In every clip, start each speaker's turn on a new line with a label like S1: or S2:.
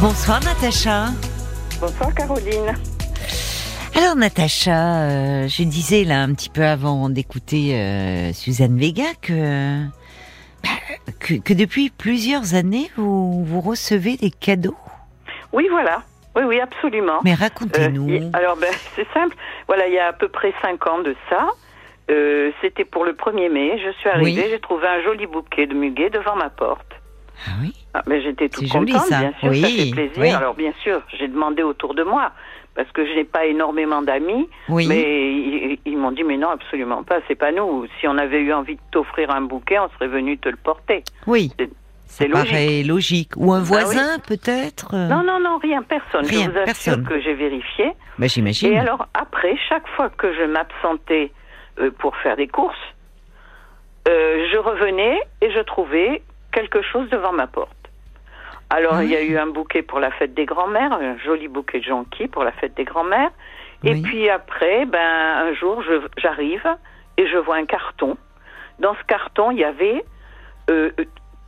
S1: Bonsoir Natacha.
S2: Bonsoir Caroline.
S1: Alors Natacha, euh, je disais là un petit peu avant d'écouter euh, Suzanne Vega que, bah, que que depuis plusieurs années vous vous recevez des cadeaux.
S2: Oui, voilà. Oui, oui, absolument.
S1: Mais racontez-nous.
S2: Euh, y- alors, ben, c'est simple. Voilà, il y a à peu près cinq ans de ça. euh, C'était pour le 1er mai. Je suis arrivée,
S1: Oui.
S2: j'ai trouvé un joli bouquet de muguet devant ma porte.
S1: Ah oui.
S2: Ah, mais j'étais toute
S1: C'est
S2: contente,
S1: joli, ça.
S2: bien sûr,
S1: Oui,
S2: ça fait plaisir.
S1: oui.
S2: Alors bien sûr, j'ai demandé autour de moi parce que je n'ai pas énormément d'amis,
S1: Oui.
S2: mais ils, ils m'ont dit mais non, absolument pas, c'est pas nous. Si on avait eu envie de t'offrir un bouquet, on serait venu te le porter.
S1: Oui.
S2: C'est-
S1: Ça
S2: c'est logique.
S1: paraît logique. Ou un
S2: Bah
S1: voisin peut-être. euh,
S2: Non, non, non, rien, personne.
S1: Rien,
S2: je vous assure
S1: personne.
S2: que j'ai vérifié.
S1: Bah, j'imagine.
S2: Et alors après, chaque fois que je m'absentais euh, pour faire des courses, euh, je revenais et je trouvais quelque chose devant ma porte. Alors
S1: Ah
S2: il y a eu un bouquet pour la fête des grands-mères, un joli bouquet de jonquilles pour la fête des grands-mères.
S1: Oui.
S2: Et puis après, ben un jour, je- j'arrive et je vois un carton. Dans ce carton, il y avait euh, euh,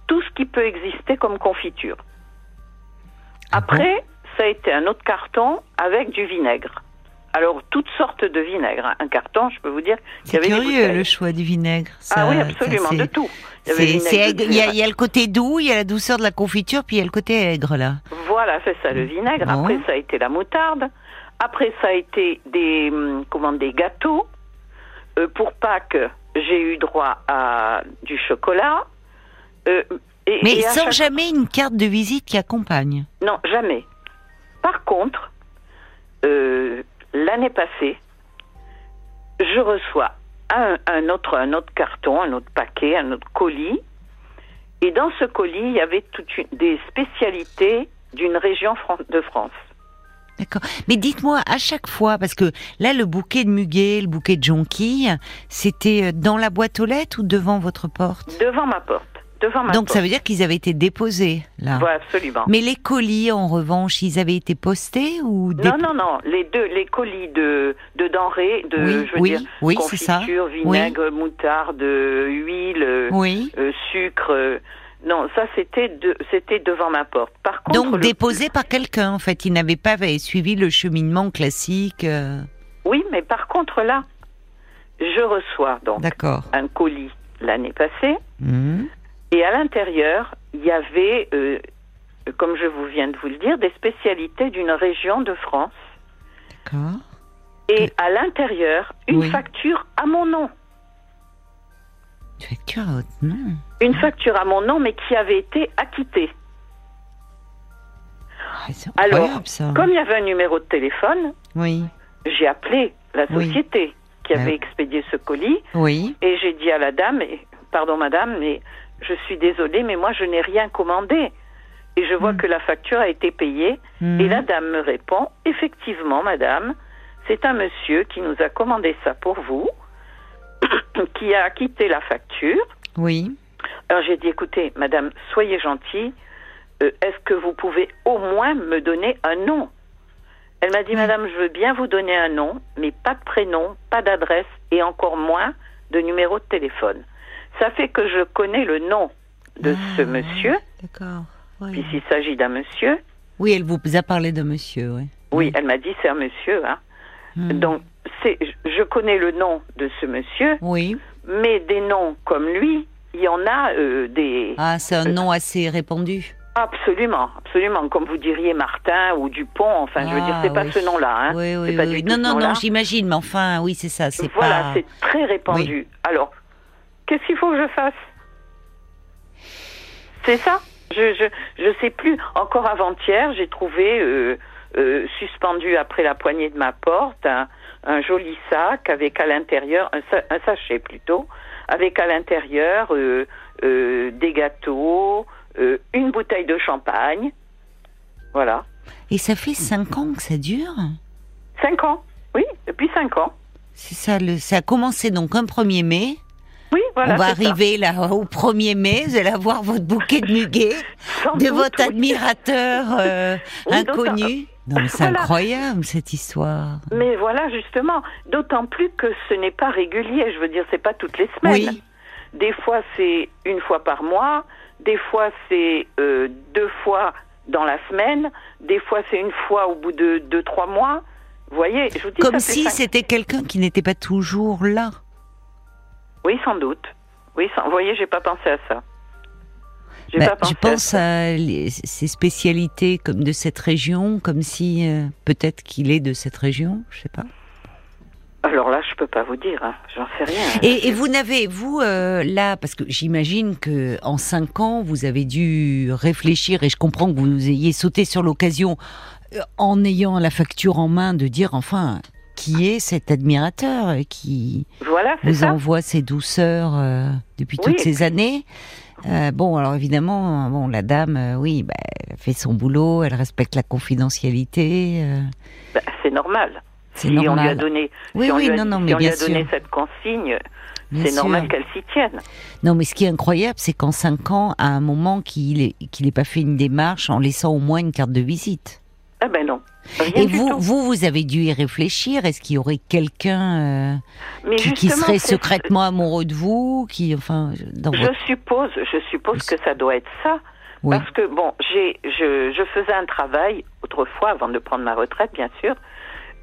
S2: tout ce qui peut exister comme confiture.
S1: Ah bon
S2: Après, ça a été un autre carton avec du vinaigre. Alors, toutes sortes de vinaigre. Un carton, je peux vous dire qu'il y
S1: c'est
S2: avait des
S1: curieux
S2: bouteilles.
S1: le choix du vinaigre.
S2: Ah
S1: ça-
S2: oui,
S1: ça,
S2: absolument,
S1: c'est-
S2: de tout. Il y avait
S1: c'est-
S2: vinaigre
S1: c'est
S2: de
S1: aigre. Il y, a-
S2: cuivre.
S1: il y a le côté doux, il y a la douceur de la confiture, puis il y a le côté aigre là.
S2: Voilà, c'est ça, le vinaigre.
S1: Bon.
S2: Après, ça a été la moutarde. Après, ça a été des, hum, comment, des gâteaux. Euh, pour Pâques, j'ai eu droit à du chocolat. Euh, et,
S1: Mais
S2: et à
S1: sans
S2: chaque-
S1: jamais une carte de visite qui accompagne.
S2: Non, jamais. Par contre, euh, l'année passée, je reçois un, un autre, un autre carton, un autre paquet, un autre colis. Et dans ce colis, il y avait toutes des spécialités d'une région fran- de France.
S1: D'accord. Mais dites-moi à chaque fois, parce que là, le bouquet de muguet, le bouquet de jonquille, c'était euh, dans la boîte aux lettres ou devant votre porte
S2: Devant ma porte. Devant ma
S1: Donc
S2: porte.
S1: ça veut dire qu'ils avaient été déposés là.
S2: Voilà, absolument.
S1: Mais les colis, en revanche, ils avaient été postés ou dé-
S2: Non, non, non. Les deux, les colis de, de denrées, de,
S1: Oui,
S2: euh, je veux
S1: oui,
S2: dire,
S1: oui, c'est ça.
S2: confiture, vinaigre, moutarde, huile, euh,
S1: Oui.
S2: euh, sucre. euh, non, ça c'était de- c'était devant ma porte. Par contre,
S1: Donc
S2: le-
S1: déposés par quelqu'un, en fait, ils n'avaient pas suivi le cheminement classique. euh,
S2: Oui, mais par contre là, je reçois donc
S1: D'accord.
S2: un colis l'année passée
S1: Hmm.
S2: et à l'intérieur il y avait, euh, comme je vous viens de vous le dire, des spécialités d'une région de France
S1: D'accord.
S2: et à l'intérieur une
S1: Oui.
S2: facture à mon nom,
S1: Tu factures à haute nom.
S2: une facture à mon nom mais qui avait été acquittée.
S1: Ah, c'est
S2: Alors,
S1: incroyable ça.
S2: Comme il y avait un numéro de téléphone,
S1: Oui.
S2: j'ai appelé la
S1: Oui.
S2: société qui
S1: Ah.
S2: avait expédié ce colis
S1: Oui.
S2: Et j'ai dit à la dame, et- pardon madame, mais je suis désolée, mais moi je n'ai rien commandé. Et je vois
S1: Mm.
S2: que la facture a été payée.
S1: Hmm.
S2: Et la dame me répond, effectivement madame, c'est un monsieur qui nous a commandé ça pour vous, qui a acquitté la facture.
S1: Oui.
S2: Alors j'ai dit, écoutez madame, soyez gentille, Euh, est-ce que vous pouvez au moins me donner un nom Elle m'a dit, madame, je veux bien vous donner un nom, mais pas de prénom, pas d'adresse et encore moins de numéro de téléphone. Ça fait que je connais le nom de
S1: Ah,
S2: ce
S1: ouais.
S2: monsieur,
S1: D'accord. Oui.
S2: puisqu'il s'agit d'un monsieur.
S1: Oui, elle vous a parlé d'un monsieur, oui.
S2: Oui, elle m'a dit, c'est un monsieur. Hein.
S1: Hmm.
S2: Donc, c'est, je je connais le nom de ce monsieur,
S1: Oui.
S2: mais des noms comme lui, il y en a euh, des...
S1: Ah, c'est un nom assez répandu.
S2: Absolument, absolument. Comme vous diriez Martin ou Dupont, enfin, je veux dire,
S1: Ah,
S2: c'est pas
S1: oui.
S2: ce nom-là. Hein.
S1: oui, oui,
S2: C'est pas
S1: oui.
S2: du
S1: oui.
S2: tout
S1: Non,
S2: ce
S1: non,
S2: nom-là.
S1: non, j'imagine, mais enfin, oui, c'est ça, c'est
S2: Voilà,
S1: pas...
S2: c'est très répandu. Alors, qu'est-ce qu'il faut que je fasse C'est ça Je je je sais plus. Encore avant-hier, j'ai trouvé euh, euh, suspendu après la poignée de ma porte un, un joli sac avec à l'intérieur un, sa- un sachet plutôt avec à l'intérieur euh, euh, des gâteaux, euh, une bouteille de champagne. Voilà.
S1: Et ça fait cinq ans que ça dure
S2: Cinq ans. Oui, depuis cinq ans.
S1: C'est ça, le... ça a commencé donc un 1er mai.
S2: Oui, voilà.
S1: On va
S2: c'est ça.
S1: arriver là au 1er mai, vous allez avoir votre bouquet de muguet
S2: Sans
S1: de
S2: doute,
S1: votre
S2: oui.
S1: admirateur euh,
S2: Oui, d'autant-
S1: inconnu. Non, mais c'est
S2: Voilà.
S1: incroyable cette histoire.
S2: Mais voilà, justement, d'autant plus que ce n'est pas régulier, je veux dire, c'est pas toutes les semaines.
S1: Oui.
S2: Des fois, c'est une fois par mois, des fois, c'est euh, deux fois dans la semaine, des fois c'est une fois au bout de deux, trois mois. Vous voyez, je vous dis
S1: Comme
S2: ça fait
S1: si
S2: cinq-
S1: c'était quelqu'un qui n'était pas toujours là.
S2: Oui, sans doute. Oui, sans... vous voyez, j'ai pas pensé à ça. J'ai
S1: Bah,
S2: pas pensé
S1: je
S2: à
S1: pense à les- ces spécialités comme de cette région, comme si euh, peut-être qu'il est de cette région, je sais pas.
S2: Alors là, je peux pas vous dire, hein. j'en sais rien.
S1: Et, et vous n'avez, vous, euh, là, parce que j'imagine que en cinq ans, vous avez dû réfléchir, et je comprends que vous ayez sauté sur l'occasion euh, en ayant la facture en main de dire, enfin, qui est cet admirateur euh, qui
S2: Voilà, c'est
S1: vous
S2: ça.
S1: envoie ces douceurs euh, depuis
S2: Oui,
S1: toutes
S2: et
S1: ces années Euh, bon, alors évidemment, bon, la dame, euh, oui, bah, elle fait son boulot, elle respecte la confidentialité, euh,
S2: Bah, c'est normal.
S1: c'est
S2: si on lui a
S1: normal.
S2: donné,
S1: oui,
S2: si on
S1: oui,
S2: lui a,
S1: non, non,
S2: si
S1: mais
S2: on lui
S1: bien
S2: a donné
S1: sûr,
S2: cette consigne,
S1: bien
S2: c'est
S1: sûr.
S2: normal qu'elle s'y tienne.
S1: Non, mais ce qui est incroyable, c'est qu'en 5 ans, à un moment, qu'il ait, qu'il ait pas fait une démarche en laissant au moins une carte de visite.
S2: Ah ben non. Rien
S1: Et
S2: du
S1: vous,
S2: tout.
S1: vous, vous avez dû y réfléchir. Est-ce qu'il y aurait quelqu'un euh,
S2: Mais
S1: qui, qui
S2: justement,
S1: serait
S2: c'est-
S1: secrètement amoureux de vous, qui, enfin, dans
S2: Je
S1: votre...
S2: suppose, je suppose que ça doit être ça.
S1: Oui.
S2: Parce que bon, j'ai, je, je faisais un travail autrefois, avant de prendre ma retraite, bien sûr.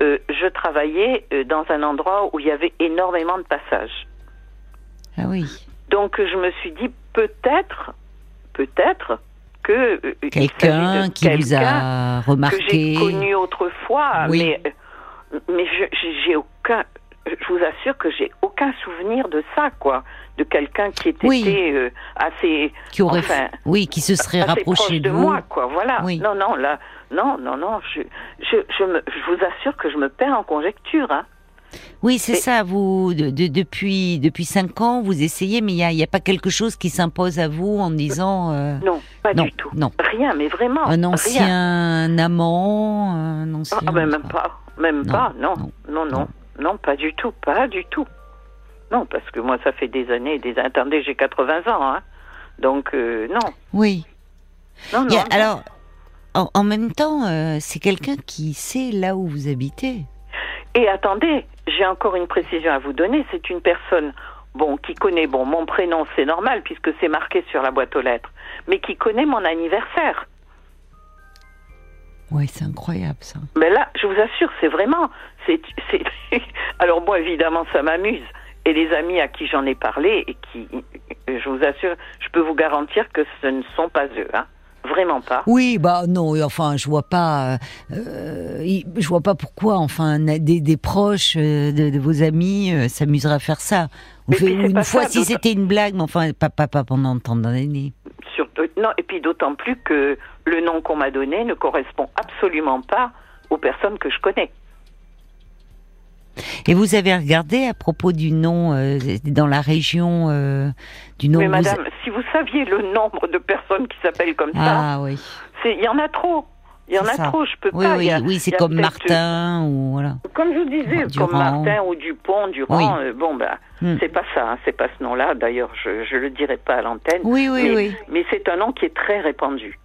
S2: euh, je travaillais euh, dans un endroit où il y avait énormément de passages.
S1: Ah oui.
S2: Donc je me suis dit peut-être, peut-être que euh, il s'agit de
S1: Quelqu'un qui vous
S2: quelqu'un
S1: a
S2: que j'ai
S1: remarqué.
S2: connu autrefois,
S1: Oui.
S2: mais euh, mais je- je- j'ai aucun. Je vous assure que j'ai aucun souvenir de ça, quoi, de quelqu'un qui était
S1: Oui.
S2: euh, assez
S1: qui aurait f-
S2: enfin,
S1: oui qui se serait
S2: assez
S1: rapproché
S2: proche
S1: de
S2: de
S1: vous.
S2: moi, quoi. Voilà.
S1: Oui.
S2: Non, non, là, non, non, non. Je, je, je, me- je vous assure que je me perds en conjecture. Hein.
S1: Oui, c'est
S2: Et-
S1: ça. Vous de- de- depuis depuis cinq ans, vous essayez, mais il n'y a, il y a pas quelque chose qui s'impose à vous en disant euh,
S2: Non, pas
S1: non, Ah
S2: du tout.
S1: non.
S2: Rien, mais vraiment.
S1: un
S2: Rien.
S1: ancien amant, un ancien.
S2: Ah, ah, ben, même pas. Même
S1: Non,
S2: pas. Non.
S1: non,
S2: Non, non,
S1: non.
S2: non, pas du tout, pas du tout. Non, parce que moi, ça fait des années, et des attendez, j'ai 80 ans, hein. Donc euh, non,
S1: Oui.
S2: non, non.
S1: Il y a-
S2: non.
S1: alors, en, en même temps, euh, c'est quelqu'un qui sait là où vous habitez.
S2: Et attendez, j'ai encore une précision à vous donner. C'est une personne, bon, qui connaît, bon, mon prénom, c'est normal puisque c'est marqué sur la boîte aux lettres, mais qui connaît mon anniversaire.
S1: Oui, c'est incroyable ça.
S2: Mais là, je vous assure, c'est vraiment, c'est, c'est. Alors moi, évidemment, ça m'amuse. Et les amis à qui j'en ai parlé et qui, je vous assure, je peux vous garantir que ce ne sont pas eux, hein. Vraiment pas.
S1: Oui, bah non, et enfin, je vois pas, euh, euh, il- je vois pas pourquoi, enfin, na- des, des proches euh, de, de vos amis euh, s'amuseraient à faire ça. On
S2: Mais
S1: fait
S2: puis c'est
S1: une
S2: pas
S1: fois
S2: ça,
S1: si
S2: d'autant-
S1: c'était une blague, mais enfin, pas, pas, pas pendant tant d'années.
S2: Surtout- non, et puis d'autant plus que le nom qu'on m'a donné ne correspond absolument pas aux personnes que je connais.
S1: Et vous avez regardé à propos du nom euh, dans la région euh, du nom.
S2: Mais
S1: où vous-
S2: madame, si vous saviez le nombre de personnes qui s'appellent comme ça,
S1: Ah oui,
S2: c'est- il y en a trop. Il y en
S1: C'est
S2: a
S1: ça.
S2: trop, je peux
S1: oui,
S2: pas. il
S1: oui,
S2: y a-
S1: oui, c'est
S2: il y a
S1: comme
S2: peut-être,
S1: Martin ou voilà.
S2: euh, Comme je vous disais,
S1: Durand.
S2: comme Martin ou Dupont, Durand, euh, bon, ben,
S1: Hmm.
S2: c'est pas ça, hein, c'est pas ce nom-là. D'ailleurs, je, je le dirai pas à l'antenne.
S1: Oui, oui,
S2: mais,
S1: oui.
S2: mais c'est un nom qui est très répandu.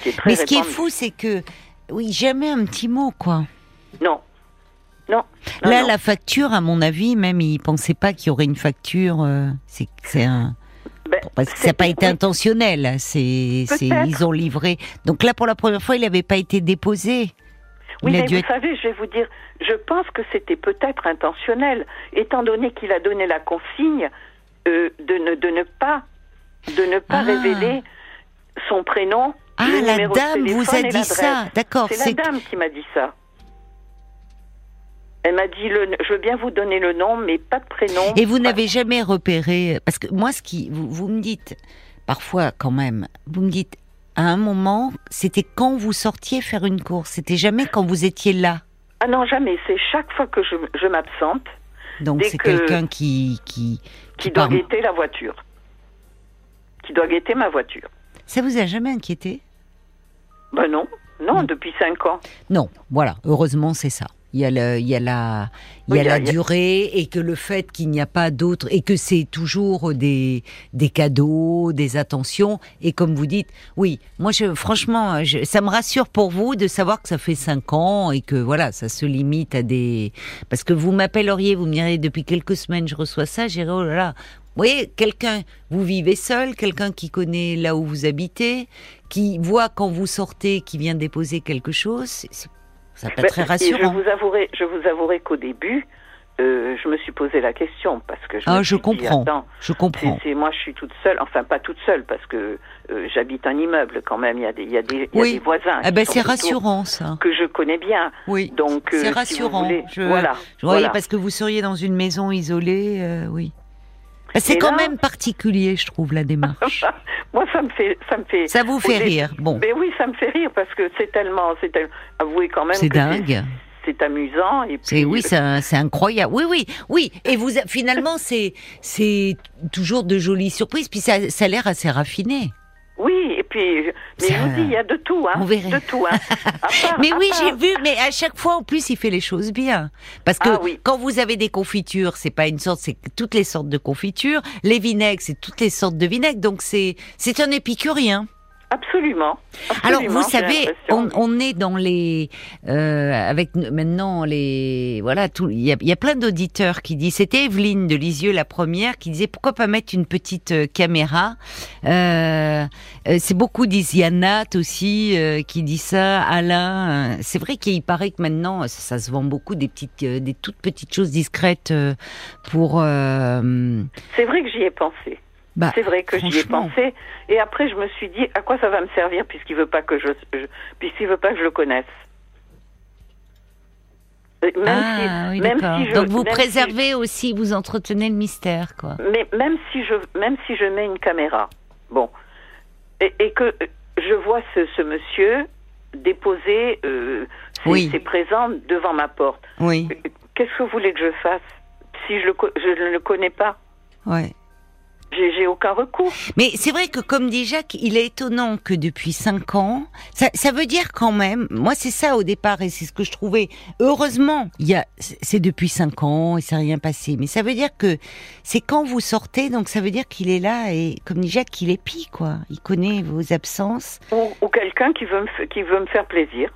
S2: Qui est très
S1: Mais ce qui est
S2: répandu.
S1: fou, c'est que oui, jamais un petit mot quoi.
S2: Non. Non. non,
S1: Là,
S2: Ah non.
S1: la facture, à mon avis, même, il pensait pas qu'il y aurait une facture. euh, c'est c'est un.
S2: Ben,
S1: Parce que ça
S2: c'est-
S1: n'a pas été intentionnel. C'est, c'est,
S2: Peut-être.
S1: ils ont livré. Donc là, pour la première fois, il n'avait pas été déposé.
S2: Oui,
S1: il a
S2: mais
S1: dû
S2: vous
S1: être-
S2: savez, je vais vous dire, je pense que c'était peut-être intentionnel, étant donné qu'il a donné la consigne euh, de, ne, de ne pas, de ne pas
S1: Ah.
S2: révéler son prénom.
S1: Ah,
S2: le
S1: la
S2: numéro de
S1: dame vous a
S2: téléphone et
S1: dit ça.
S2: l'adresse.
S1: D'accord.
S2: C'est la dame qui m'a dit ça. Elle m'a dit, le, je veux bien vous donner le nom, mais pas de prénom.
S1: Et vous
S2: Pas-
S1: n'avez jamais repéré. Parce que moi, ce qui. Vous, vous me dites, parfois, quand même, vous me dites, à un moment, c'était quand vous sortiez faire une course. C'était jamais quand vous étiez là.
S2: Ah non, jamais. C'est chaque fois que je, je m'absente
S1: Donc
S2: Dès
S1: c'est
S2: que-
S1: quelqu'un qui. qui
S2: qui doit
S1: parle.
S2: guetter la voiture. Qui doit guetter ma voiture.
S1: Ça vous a jamais inquiété
S2: Ben non, non,
S1: Hmm.
S2: depuis cinq ans.
S1: Non, voilà, heureusement c'est ça. Il y a, le- il y a la, il y a
S2: Oui, il y
S1: la
S2: a- il y a-
S1: durée et que le fait qu'il n'y a pas d'autres et que c'est toujours des, des cadeaux, des attentions et comme vous dites, oui, moi je, franchement, je- ça me rassure pour vous de savoir que ça fait cinq ans et que voilà, ça se limite à des parce que vous m'appelleriez, vous me direz depuis quelques semaines je reçois ça, j'irai oh là là, voyez, quelqu'un, vous vivez seul, quelqu'un qui connaît là où vous habitez, qui voit quand vous sortez, qui vient déposer quelque chose, c'est- c'est- ça peut
S2: Ben,
S1: être très
S2: et
S1: rassurant.
S2: Je vous avouerai, je vous avouerai qu'au début, euh, je me suis posé la question parce que je
S1: Ah,
S2: me
S1: je
S2: suis dit,
S1: comprends.
S2: attends,
S1: Je
S2: c'est,
S1: comprends.
S2: c'est- moi, je suis toute seule. Enfin, pas toute seule parce que euh, j'habite un immeuble quand même. Il y a des, il y a des, il y a
S1: Oui.
S2: des voisins.
S1: Ah
S2: qui
S1: ben
S2: sont
S1: c'est
S2: autour
S1: rassurant ça.
S2: Que je connais bien.
S1: Oui.
S2: Donc euh,
S1: C'est
S2: si vous
S1: rassurant.
S2: voulez-
S1: Je-
S2: Voilà.
S1: Je voyais
S2: voilà.
S1: parce que vous seriez dans une maison isolée, euh, oui. Bah, C'est
S2: Et
S1: quand
S2: là-
S1: même particulier, je trouve, la démarche.
S2: Moi, ça me fait, ça me fait.
S1: ça vous fait
S2: dé-
S1: rire. Bon,
S2: Mais oui, ça me fait rire parce que c'est tellement, c'est tel- avouez quand même.
S1: c'est
S2: que c'est-
S1: dingue.
S2: C'est amusant et
S1: C'est
S2: puis.
S1: oui, c'est un- c'est incroyable. Oui, oui, oui. Et vous, finalement, c'est c'est toujours de jolies surprises. Puis ça, ça a l'air assez raffiné.
S2: Oui, et puis. Mais
S1: C'est
S2: je vous
S1: un-
S2: dis, il y a de tout, hein.
S1: On verra.
S2: De tout, hein. À part-
S1: Mais
S2: à
S1: oui,
S2: part-
S1: j'ai vu. Mais à chaque fois, en plus, il fait les choses bien. Parce que
S2: Ah oui.
S1: quand vous avez des confitures, c'est pas une sorte, c'est toutes les sortes de confitures. Les vinaigres, c'est toutes les sortes de vinaigres. Donc c'est c'est un épicurien.
S2: Absolument.
S1: Alors
S2: absolument,
S1: vous
S2: j'ai
S1: savez, on,
S2: l'impression.
S1: on est dans les euh, avec n- maintenant les voilà tout il y a, il y a plein d'auditeurs qui disent c'était Evelyne de Lisieux la première qui disait pourquoi pas mettre une petite euh, caméra euh, euh, c'est beaucoup disent Il y a Nat aussi euh, qui dit ça Alain euh, c'est vrai qu'il paraît que maintenant ça, ça se vend beaucoup des petites euh, des toutes petites choses discrètes euh, pour euh, hum,
S2: C'est vrai que j'y ai pensé.
S1: bah,
S2: c'est vrai que j'y ai
S1: franchement.
S2: pensé. Et après, je me suis dit, à quoi ça va me servir puisqu'il veut pas que je, je- puisqu'il veut pas que je le connaisse. Et Même
S1: ah,
S2: si,
S1: oui,
S2: même
S1: d'accord.
S2: si je-
S1: Donc vous
S2: même si-
S1: préservez aussi, vous entretenez le mystère, quoi.
S2: mais même si je, même si je mets une caméra, bon, et, et que euh, je vois ce, ce monsieur déposer euh, ses,
S1: Oui.
S2: ses présents devant ma porte, euh,
S1: Oui,
S2: qu'est-ce que vous voulez que je fasse si je, le, co- je ne le connais pas
S1: ouais.
S2: J'ai j'ai aucun recours.
S1: Mais c'est vrai que, comme dit Jacques, il est étonnant que depuis cinq ans, ça, ça veut dire quand même, moi c'est ça au départ et c'est ce que je trouvais, heureusement, il y a, c'est depuis cinq ans et ça n'a rien passé, mais ça veut dire que c'est quand vous sortez, donc ça veut dire qu'il est là et, comme dit Jacques, il est pis, quoi. Il connaît vos absences.
S2: ou, ou quelqu'un qui veut me f- qui veut me faire plaisir.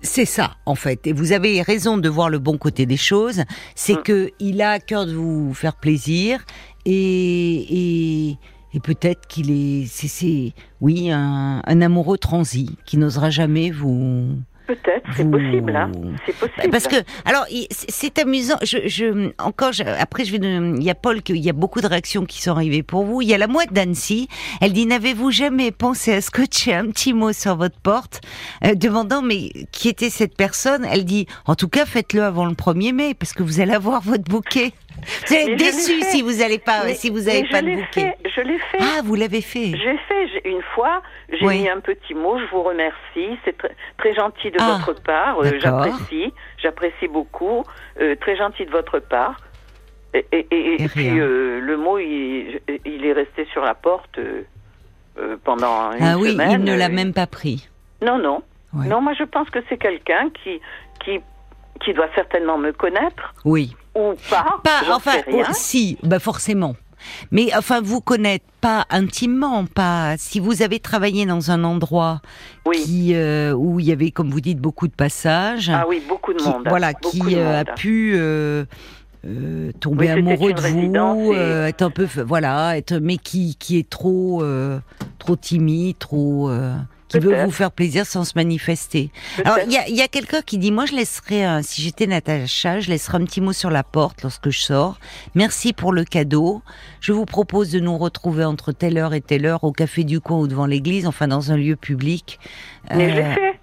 S1: C'est ça, en fait. Et vous avez raison de voir le bon côté des choses. C'est
S2: Mm.
S1: que il a à cœur de vous faire plaisir et, et, et peut-être qu'il est, c'est, c'est, oui, un, un amoureux transi qui n'osera jamais vous.
S2: Peut-être, c'est
S1: vous-
S2: possible, hein. C'est possible.
S1: Bah, Parce que, alors, il- c'est- c'est amusant. Je, je, encore, je- après, je vais. de- Il y a Paul, qui- il y a beaucoup de réactions qui sont arrivées pour vous. Il y a la mouette d'Annecy. Elle dit N'avez-vous jamais pensé à scotcher un petit mot sur votre porte, euh, demandant mais qui était cette personne Elle dit En tout cas, faites-le avant le 1er mai, parce que vous allez avoir votre bouquet. Vous allez
S2: Mais
S1: être
S2: je l'ai
S1: déçu
S2: fait.
S1: si vous n'avez pas,
S2: Mais-
S1: ah si vous
S2: mais
S1: avez
S2: je
S1: pas de
S2: l'ai
S1: bouquet.
S2: fait, je l'ai fait.
S1: Ah, vous l'avez fait.
S2: J'ai fait j'ai- une fois, j'ai
S1: Oui.
S2: mis un petit mot, je vous remercie, c'est tr- très gentil de
S1: Ah,
S2: votre part, euh,
S1: d'accord.
S2: j'apprécie, j'apprécie beaucoup, euh, très gentil de votre part. Et, et- et- et
S1: Et
S2: puis
S1: rien.
S2: euh, le mot, il, il est resté sur la porte euh, euh, pendant une
S1: Ah oui, il
S2: semaine.
S1: ne l'a
S2: Euh,
S1: même pas pris.
S2: Non, non.
S1: Ouais.
S2: Non, moi je pense que c'est quelqu'un qui, qui, qui doit certainement me connaître
S1: Oui.
S2: ou pas.
S1: pas,
S2: j'en
S1: enfin,
S2: sais rien.
S1: oh, si, bah forcément. Mais enfin, vous connaître pas intimement, pas si vous avez travaillé dans un endroit
S2: oui.
S1: qui euh, où il y avait, comme vous dites, beaucoup de passages,
S2: Ah oui, beaucoup de
S1: qui,
S2: monde.
S1: voilà,
S2: beaucoup
S1: qui
S2: de
S1: euh, a
S2: monde.
S1: pu euh, euh,
S2: Oui,
S1: tomber
S2: c'était
S1: amoureux
S2: une
S1: de
S2: résidence
S1: vous,
S2: et-
S1: euh, être un peu, voilà, être, mais qui qui est trop euh, trop timide, trop euh, qui veut
S2: Peut-être.
S1: vous faire plaisir sans se manifester.
S2: Peut-être.
S1: Alors, il y a, il y a quelqu'un qui dit, moi, je laisserai, un- si j'étais Natacha, je laisserai un petit mot sur la porte lorsque je sors. Merci pour le cadeau. Je vous propose de nous retrouver entre telle heure et telle heure au café du coin ou devant l'église, enfin dans un lieu public.
S2: Mais je
S1: Euh,
S2: l'ai fait.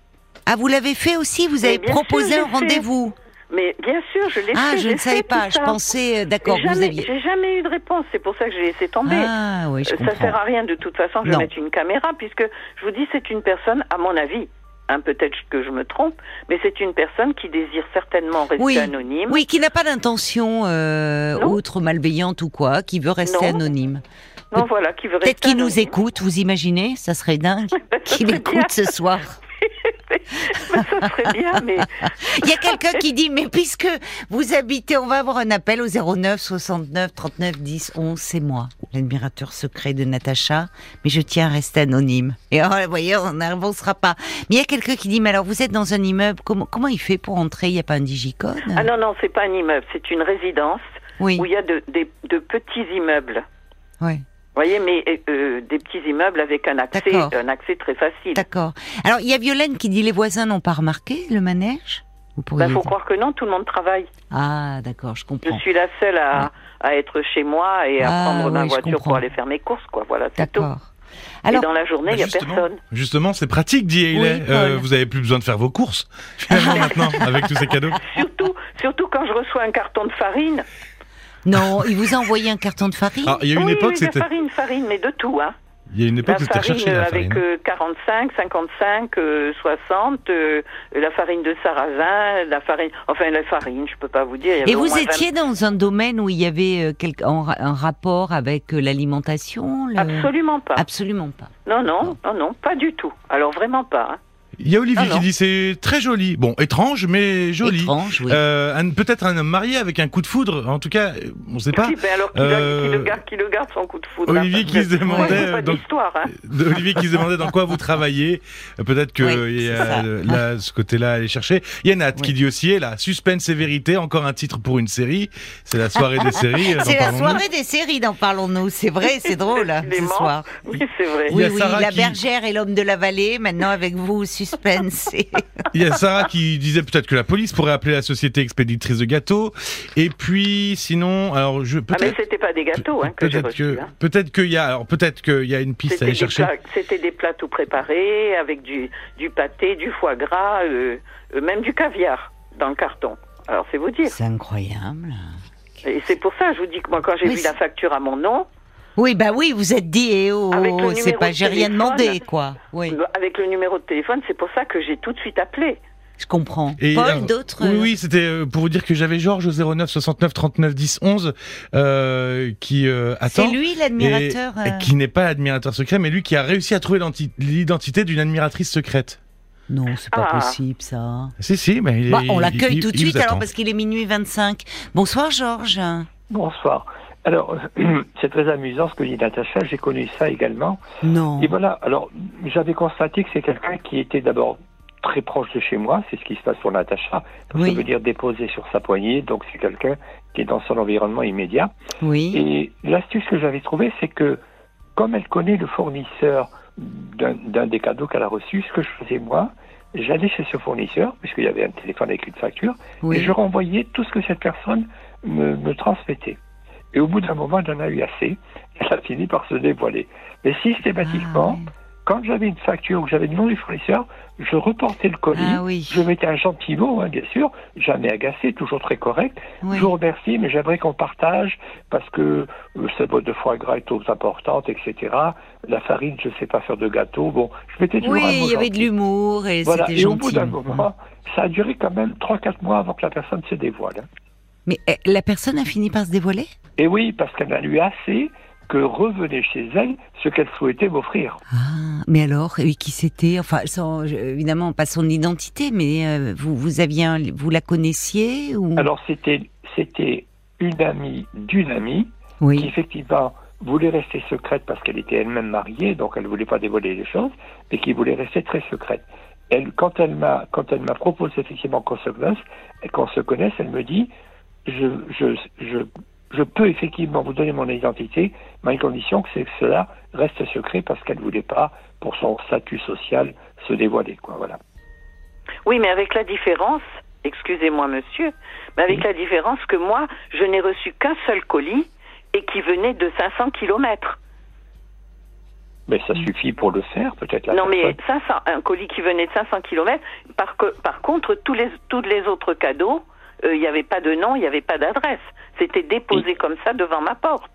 S1: ah, vous l'avez fait aussi Vous
S2: Mais
S1: avez
S2: bien
S1: proposé
S2: sûr, je
S1: un
S2: l'ai
S1: rendez-vous
S2: Mais bien sûr, je l'ai fait.
S1: Ah, je
S2: j'ai
S1: ne savais
S2: fait
S1: pas.
S2: tout
S1: Je
S2: ça.
S1: pensais, euh, d'accord,
S2: J'ai
S1: vous
S2: jamais-
S1: aviez.
S2: J'ai jamais eu de réponse. C'est pour ça que j'ai laissé tomber.
S1: Ah, oui, je
S2: Euh, ça sert
S1: comprends.
S2: à rien de toute façon que je
S1: Non.
S2: mette une caméra, puisque je vous dis, c'est une personne, à mon avis, hein, peut-être que je me trompe, mais c'est une personne qui désire certainement rester
S1: Oui.
S2: anonyme.
S1: Oui, qui n'a pas d'intention euh,
S2: Non.
S1: autre malveillante ou quoi, qui veut rester
S2: Non.
S1: anonyme.
S2: Non, voilà, qui veut
S1: Peut-être
S2: rester
S1: qu'il nous
S2: anonyme.
S1: écoute, vous imaginez Ça serait dingue qu'il
S2: serait bien.
S1: écoute ce soir.
S2: Mais ça serait bien, mais
S1: Il y a quelqu'un qui dit, mais puisque vous habitez, on va avoir un appel au 09 69 39 10 11, c'est moi, l'admirateur secret de Natacha, mais je tiens à rester anonyme. Et alors, vous voyez, on n'avancera pas. Mais il y a quelqu'un qui dit, mais alors vous êtes dans un immeuble, comment, comment il fait pour entrer Il n'y a pas un digicode
S2: Ah non, non, c'est pas un immeuble, c'est une résidence.
S1: Oui.
S2: où il y a de, des- de petits immeubles.
S1: Ouais.
S2: Vous voyez, mais euh, des petits immeubles avec un accès,
S1: D'accord.
S2: un accès très facile.
S1: D'accord. Alors, il y a Violaine qui dit les voisins n'ont pas remarqué le manège Vous
S2: Il
S1: pourriez
S2: Bah, faut
S1: dire-
S2: croire que non, tout le monde travaille.
S1: Ah, d'accord, je
S2: Je
S1: comprends.
S2: suis la seule à, à être chez moi et à
S1: Ah,
S2: prendre ma
S1: oui, je
S2: voiture
S1: comprends.
S2: pour aller faire mes courses, quoi. Voilà, c'est tout.
S1: D'accord.
S2: Et
S1: Alors,
S2: dans la journée, il n'y a
S3: bah, Justement.
S2: personne.
S3: Justement, c'est pratique, dit Hayley.
S1: Paul.
S3: Euh, vous avez plus besoin de faire vos courses,
S2: Ah.
S3: finalement, maintenant, avec tous ces cadeaux.
S2: Surtout, surtout quand je reçois un carton de farine.
S1: non, il vous a envoyé un carton de farine
S3: Alors, il y a une
S2: oui,
S3: époque,
S2: oui, de
S3: c'était.
S2: farine, farine, mais de tout, hein.
S3: Il y a une époque,
S2: La
S3: où c'était
S2: farine
S3: recherché,
S2: euh,
S3: la
S2: avec
S3: farine.
S2: euh, 45, 55, euh, 60, euh, la farine de sarrasin, la farine, enfin la farine, je peux pas vous dire. il y avait
S1: Et
S2: au
S1: vous
S2: moins
S1: étiez dans un domaine où il y avait euh, quelque- en ra- un rapport avec euh, l'alimentation
S2: 20
S1: le-
S2: Absolument pas.
S3: Ah.
S1: Absolument pas.
S2: non, non, non, non, pas du tout. Alors vraiment pas. hein.
S3: Il y a Olivier
S2: Ah, non.
S3: qui dit c'est très joli. Bon, étrange, mais joli.
S1: Étrange, oui.
S3: Euh, un- Peut-être un homme marié avec un coup de foudre. En tout cas, euh, on ne sait pas.
S2: Si, ben alors qu'il a-
S3: Euh,
S2: qu'il le garde, qu'il le garde son coup de foudre. hein,
S3: Olivier
S2: parce
S3: qui
S2: que-
S3: se demandait,
S2: Ouais, c'est pas
S3: euh, donc-
S2: d'histoire, hein.
S3: De Olivier qui se demandait dans quoi vous travaillez. Euh, Peut-être que
S1: Oui,
S3: euh, il y
S1: c'est ça.
S3: a euh, là, ce côté-là à aller chercher. Il y a Nat qui
S1: Oui.
S3: dit aussi eh là, suspense et vérité, encore un titre pour une série. C'est la soirée des séries. euh,
S1: C'est
S3: dont
S1: la
S3: parlons-nous.
S1: soirée des séries, d'en parlons-nous. C'est vrai, c'est drôle hein, ce
S2: Décidément.
S1: soir.
S2: Oui, c'est vrai.
S3: Il y
S1: Oui,
S3: a
S1: oui,
S3: Sarah
S1: la
S3: qui-
S1: bergère et l'homme de la vallée, maintenant avec vous, suspense. et-
S3: Il y a Sarah qui disait peut-être que la police pourrait appeler la société expéditrice de gâteaux. Et puis, sinon, alors je
S2: Ah, mais
S3: peut-être.
S2: c'était pas des gâteaux hein, que j'ai
S3: Peut-être
S2: reçus.
S3: que
S2: hein.
S3: peut-être qu'il y a alors peut-être qu'il y a une piste à
S2: C'était
S3: aller
S2: des,
S3: chercher.
S2: plats- c'était des plats tout préparés, avec du, du pâté, du foie gras, euh, euh, même du caviar dans le carton. Alors, c'est vous dire.
S1: C'est incroyable.
S2: Et c'est pour ça, je vous dis que moi, quand j'ai
S1: Mais
S2: vu
S1: c'est-
S2: la facture à mon nom,
S1: Oui, bah oui, vous êtes dit, eh oh,
S2: Avec le
S1: c'est pas,
S2: numéro de
S1: j'ai rien
S2: téléphone.
S1: demandé, quoi. Oui,
S2: euh, avec le numéro de téléphone, c'est pour ça que j'ai tout de suite appelé.
S1: je comprends.
S3: Et, euh,
S1: Paul, d'autres
S3: Oui, oui, c'était euh, pour vous dire que j'avais Georges au 09 69 39 10 11 euh, qui euh,
S1: C'est
S3: attend.
S1: lui
S3: et-
S1: l'admirateur.
S3: et
S1: euh,
S3: qui n'est pas l'admirateur secret, mais lui qui a réussi à trouver l'anti- l'identité d'une admiratrice secrète.
S1: Non, c'est pas
S2: Ah.
S1: possible, ça.
S3: Si, si, mais il-
S1: Bah, on
S3: il-
S1: l'accueille
S3: il-
S1: tout de
S3: il vous
S1: suite, alors,
S3: attend.
S1: parce qu'il est minuit 25. Bonsoir, Georges.
S4: Bonsoir. Alors, c'est très amusant ce que dit Natacha, j'ai connu ça également.
S1: Non.
S4: Et voilà, alors j'avais constaté que c'est quelqu'un qui était d'abord très proche de chez moi, c'est ce qui se passe pour Natacha, parce
S1: Oui.
S4: que je veux dire déposé sur sa poignée, donc c'est quelqu'un qui est dans son environnement immédiat.
S1: Oui.
S4: Et l'astuce que j'avais trouvée, c'est que comme elle connaît le fournisseur d'un d'un des cadeaux qu'elle a reçu, ce que je faisais moi, j'allais chez ce fournisseur, puisqu'il y avait un téléphone avec une facture, et
S1: oui.
S4: je renvoyais tout ce que cette personne me, me transmettait. Et au bout d'un moment, elle en a eu assez. Elle a fini par se dévoiler. Mais
S1: Ah,
S4: systématiquement, quand j'avais une facture ou que j'avais le nom du fournisseur, je reportais le colis.
S1: Ah oui.
S4: Je mettais un gentil mot, hein, bien sûr, jamais agacé, toujours très correct.
S1: oui.
S4: Je vous remercie, mais j'aimerais qu'on partage parce que euh, cette boîte de foie gras est trop importante, etc. La farine, je ne sais pas faire de gâteau. Bon, je mettais toujours
S1: Oui,
S4: un mot
S1: il y avait
S4: gentil.
S1: de l'humour et
S4: Voilà.
S1: c'était
S4: Et au bout
S1: gentil.
S4: d'un moment, ça a duré quand même 3-4 mois avant que la personne se dévoile. hein.
S1: Mais euh, la personne a fini par se dévoiler
S4: Et oui, parce qu'elle a eu assez que revenait chez elle ce qu'elle souhaitait m'offrir.
S1: Ah, mais alors, et qui c'était Enfin, sans, je- évidemment, pas son identité, mais euh, vous, vous aviez, un- vous la connaissiez ou
S4: Alors c'était c'était une amie d'une amie qui
S1: Oui.
S4: effectivement voulait rester secrète parce qu'elle était elle-même mariée, donc elle ne voulait pas dévoiler les choses, mais qui voulait rester très secrète. Elle, quand elle m'a quand elle m'a proposé effectivement qu'on se connaisse, qu'on se connaisse, elle me dit je, je, je, je peux effectivement vous donner mon identité, mais à une condition que, c'est que cela reste secret parce qu'elle ne voulait pas, pour son statut social, se dévoiler. Quoi, voilà.
S2: Oui, mais avec la différence, excusez-moi monsieur, mais avec la différence que moi, je n'ai reçu qu'un seul colis et qui venait de 500 kilomètres.
S4: Mais ça suffit pour le faire, peut-être la
S2: non, mais
S4: personne.
S2: 500, un colis qui venait de 500 kilomètres. Par, co- par contre, tous les, tous les autres cadeaux, euh, il n'y avait pas de nom, il n'y avait pas d'adresse. C'était déposé comme ça devant ma porte.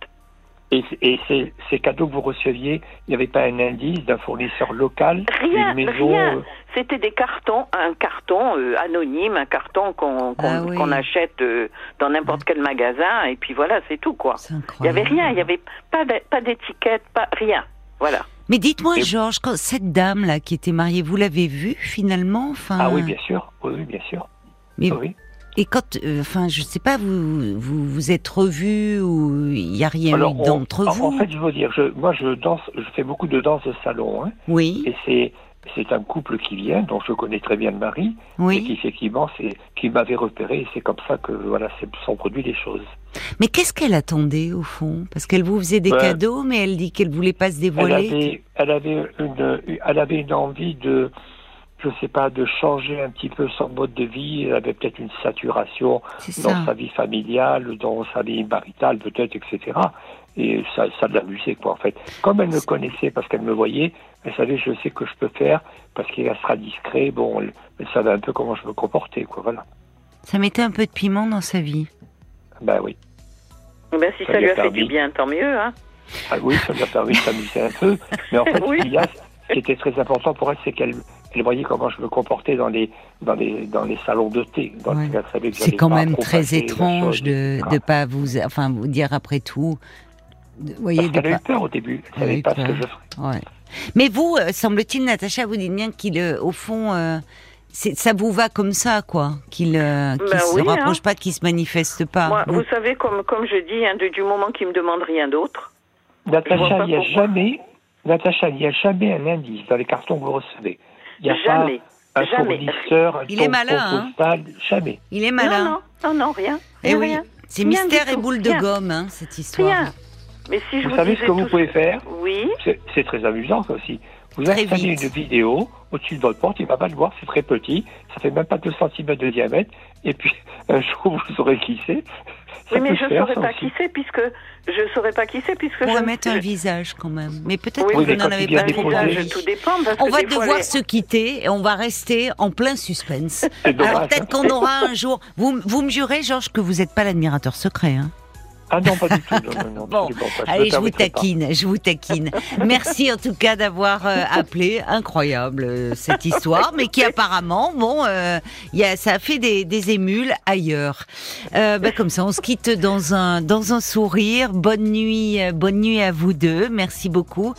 S4: Et, et ces, ces cadeaux que vous receviez, il n'y avait pas un indice d'un fournisseur local,
S2: Rien,
S4: d'une maison
S2: rien.
S4: euh,
S2: C'était des cartons, un carton euh, anonyme, un carton qu'on qu'on-
S1: Ah oui.
S2: qu'on achète euh, dans n'importe quel magasin, et puis voilà, c'est tout, quoi.
S1: C'est
S2: Il n'y
S1: incroyable.
S2: avait rien, il n'y avait pas d'é- pas d'étiquette, pas rien. Voilà.
S1: Mais dites-moi,
S4: Et-
S1: Georges, quand cette dame là qui était mariée, vous l'avez vue finalement Enfin,
S4: Ah oui, bien sûr, oui, oui, bien sûr. Ah
S1: Mais-
S4: oui.
S1: Et quand, euh, enfin, je sais pas, vous vous, vous êtes revus ou il n'y a rien
S4: Alors,
S1: eu
S4: on-
S1: d'entre
S4: en-
S1: vous
S4: En fait, je veux dire, je, moi, je danse, je fais beaucoup de danse de salon, hein,
S1: Oui.
S4: et c'est C'est un couple qui vient, dont je connais très bien le mari, et qui
S1: Oui.
S4: effectivement, c'est qui m'avait repéré. Et c'est comme ça que voilà, c'est- sont produites les choses.
S1: Mais qu'est-ce qu'elle attendait au fond Parce qu'elle vous faisait des
S4: Ouais.
S1: cadeaux, mais elle dit qu'elle voulait pas se
S4: Ben, Elle
S1: dévoiler.
S4: avait, elle avait une, elle avait une envie de, je sais pas, de changer un petit peu son mode de vie. Elle avait peut-être une saturation
S1: C'est
S4: dans
S1: ça.
S4: sa vie familiale, dans sa vie maritale peut-être, etc. Et ça, ça l'amusait, quoi, en fait. Comme elle me connaissait, parce qu'elle me voyait, elle savait, je sais que je peux faire, parce qu'elle sera discret, bon, elle, elle savait un peu comment je me comportais, quoi, voilà.
S1: Ça mettait un peu de piment dans sa vie.
S4: Ben oui.
S2: Ben, si
S4: Ça
S2: ça,
S4: lui
S2: lui
S4: a
S2: a fait du
S4: permis.
S2: bien, tant mieux. Hein.
S4: Ah oui, ça lui a permis de s'amuser un peu. Mais en fait,
S2: Oui.
S4: ce qu'il y a, ce qui était très important pour elle, c'est qu'elle elle voyait comment je me comportais dans les, dans les, dans les salons de thé. Dans
S1: Ouais.
S4: lesquels elle savait que
S1: C'est
S4: j'allais
S1: quand
S4: pas
S1: même très
S4: propager la
S1: étrange
S4: chose, Ah.
S1: de
S4: etc.
S1: ne pas vous, enfin, vous dire après tout. de- vous voyez,
S4: Parce
S1: de
S4: qu'elle a eu
S1: pas-
S4: peur au début. Elle
S1: Elle a
S4: savait
S1: eu
S4: pas ce que
S1: peur.
S4: je ferais.
S1: Ouais. Mais vous, euh, semble-t-il, Natacha, vous dites bien qu'il, euh, au fond, euh, c'est- ça vous va comme ça, quoi. Qu'il ne
S2: Bah
S1: se
S2: oui,
S1: rapproche
S2: hein.
S1: pas, qu'il se manifeste pas.
S2: Moi,
S1: Vous-
S2: vous savez, comme, comme je dis, hein, de- du moment qu'il me demande rien d'autre. Je vois
S4: Natacha,
S2: pas
S4: il n'y a
S2: pourquoi.
S4: jamais, Natacha, il n'y a jamais un indice dans les cartons que vous recevez. Il n'y a
S2: Jamais.
S4: pas un
S2: jamais.
S4: fournisseur, un
S1: Il est
S4: ton- ton
S1: malin, hein.
S4: postal, jamais.
S1: Il est
S2: Non,
S1: malin.
S2: non, non, non, rien.
S1: Eh oui.
S2: rien.
S1: C'est
S2: Rien
S1: mystère
S2: du
S1: et
S2: tout.
S1: boule de
S2: Rien.
S1: gomme, hein, cette histoire.
S2: Rien. Mais si je
S4: Vous
S2: vous,
S4: savez ce
S2: disais
S4: que vous
S2: tout
S4: pouvez faire
S2: Oui,
S4: C'est c'est très amusant ça aussi. Vous
S1: Très
S4: installez
S1: vite.
S4: une vidéo au-dessus de votre porte, il va pas le voir, c'est très petit, ça fait même pas 2 cm de diamètre, et puis un jour vous aurez glissé. Ça
S2: oui mais
S4: peut
S2: je
S4: se
S2: ne
S4: faire,
S2: saurais
S4: ça
S2: pas
S4: aussi.
S2: qui c'est, puisque je saurais pas qui c'est, puisque
S1: On
S2: je
S1: pourrait
S2: ne-
S1: mettre un visage quand même. Mais peut-être
S2: Oui,
S1: que
S2: mais
S1: vous
S4: quand
S1: n'en
S4: il
S1: avez
S4: vient
S1: pas
S2: Un
S4: déposer-
S1: trouvé.
S2: visage, tout dépend. parce
S1: On
S2: que
S1: va
S2: des fois,
S1: devoir
S2: les-
S1: se quitter et on va rester en plein suspense.
S4: C'est dommage,
S1: Alors peut-être
S4: hein.
S1: qu'on aura un jour. Vous, vous me jurez, Georges, que vous n'êtes pas l'admirateur secret. Hein
S4: Ah non, pas du tout. Non, non, non,
S1: Bon,
S4: absolument pas, me
S1: Allez, je vous
S4: permettrai pas.
S1: taquine, je vous taquine. Merci en tout cas d'avoir euh, appelé. Incroyable euh, cette histoire, mais qui apparemment, bon, euh, il y a, ça a fait des, des émules ailleurs. Euh, bah, comme ça, on se quitte dans un dans un sourire. Bonne nuit, euh, bonne nuit à vous deux. Merci beaucoup.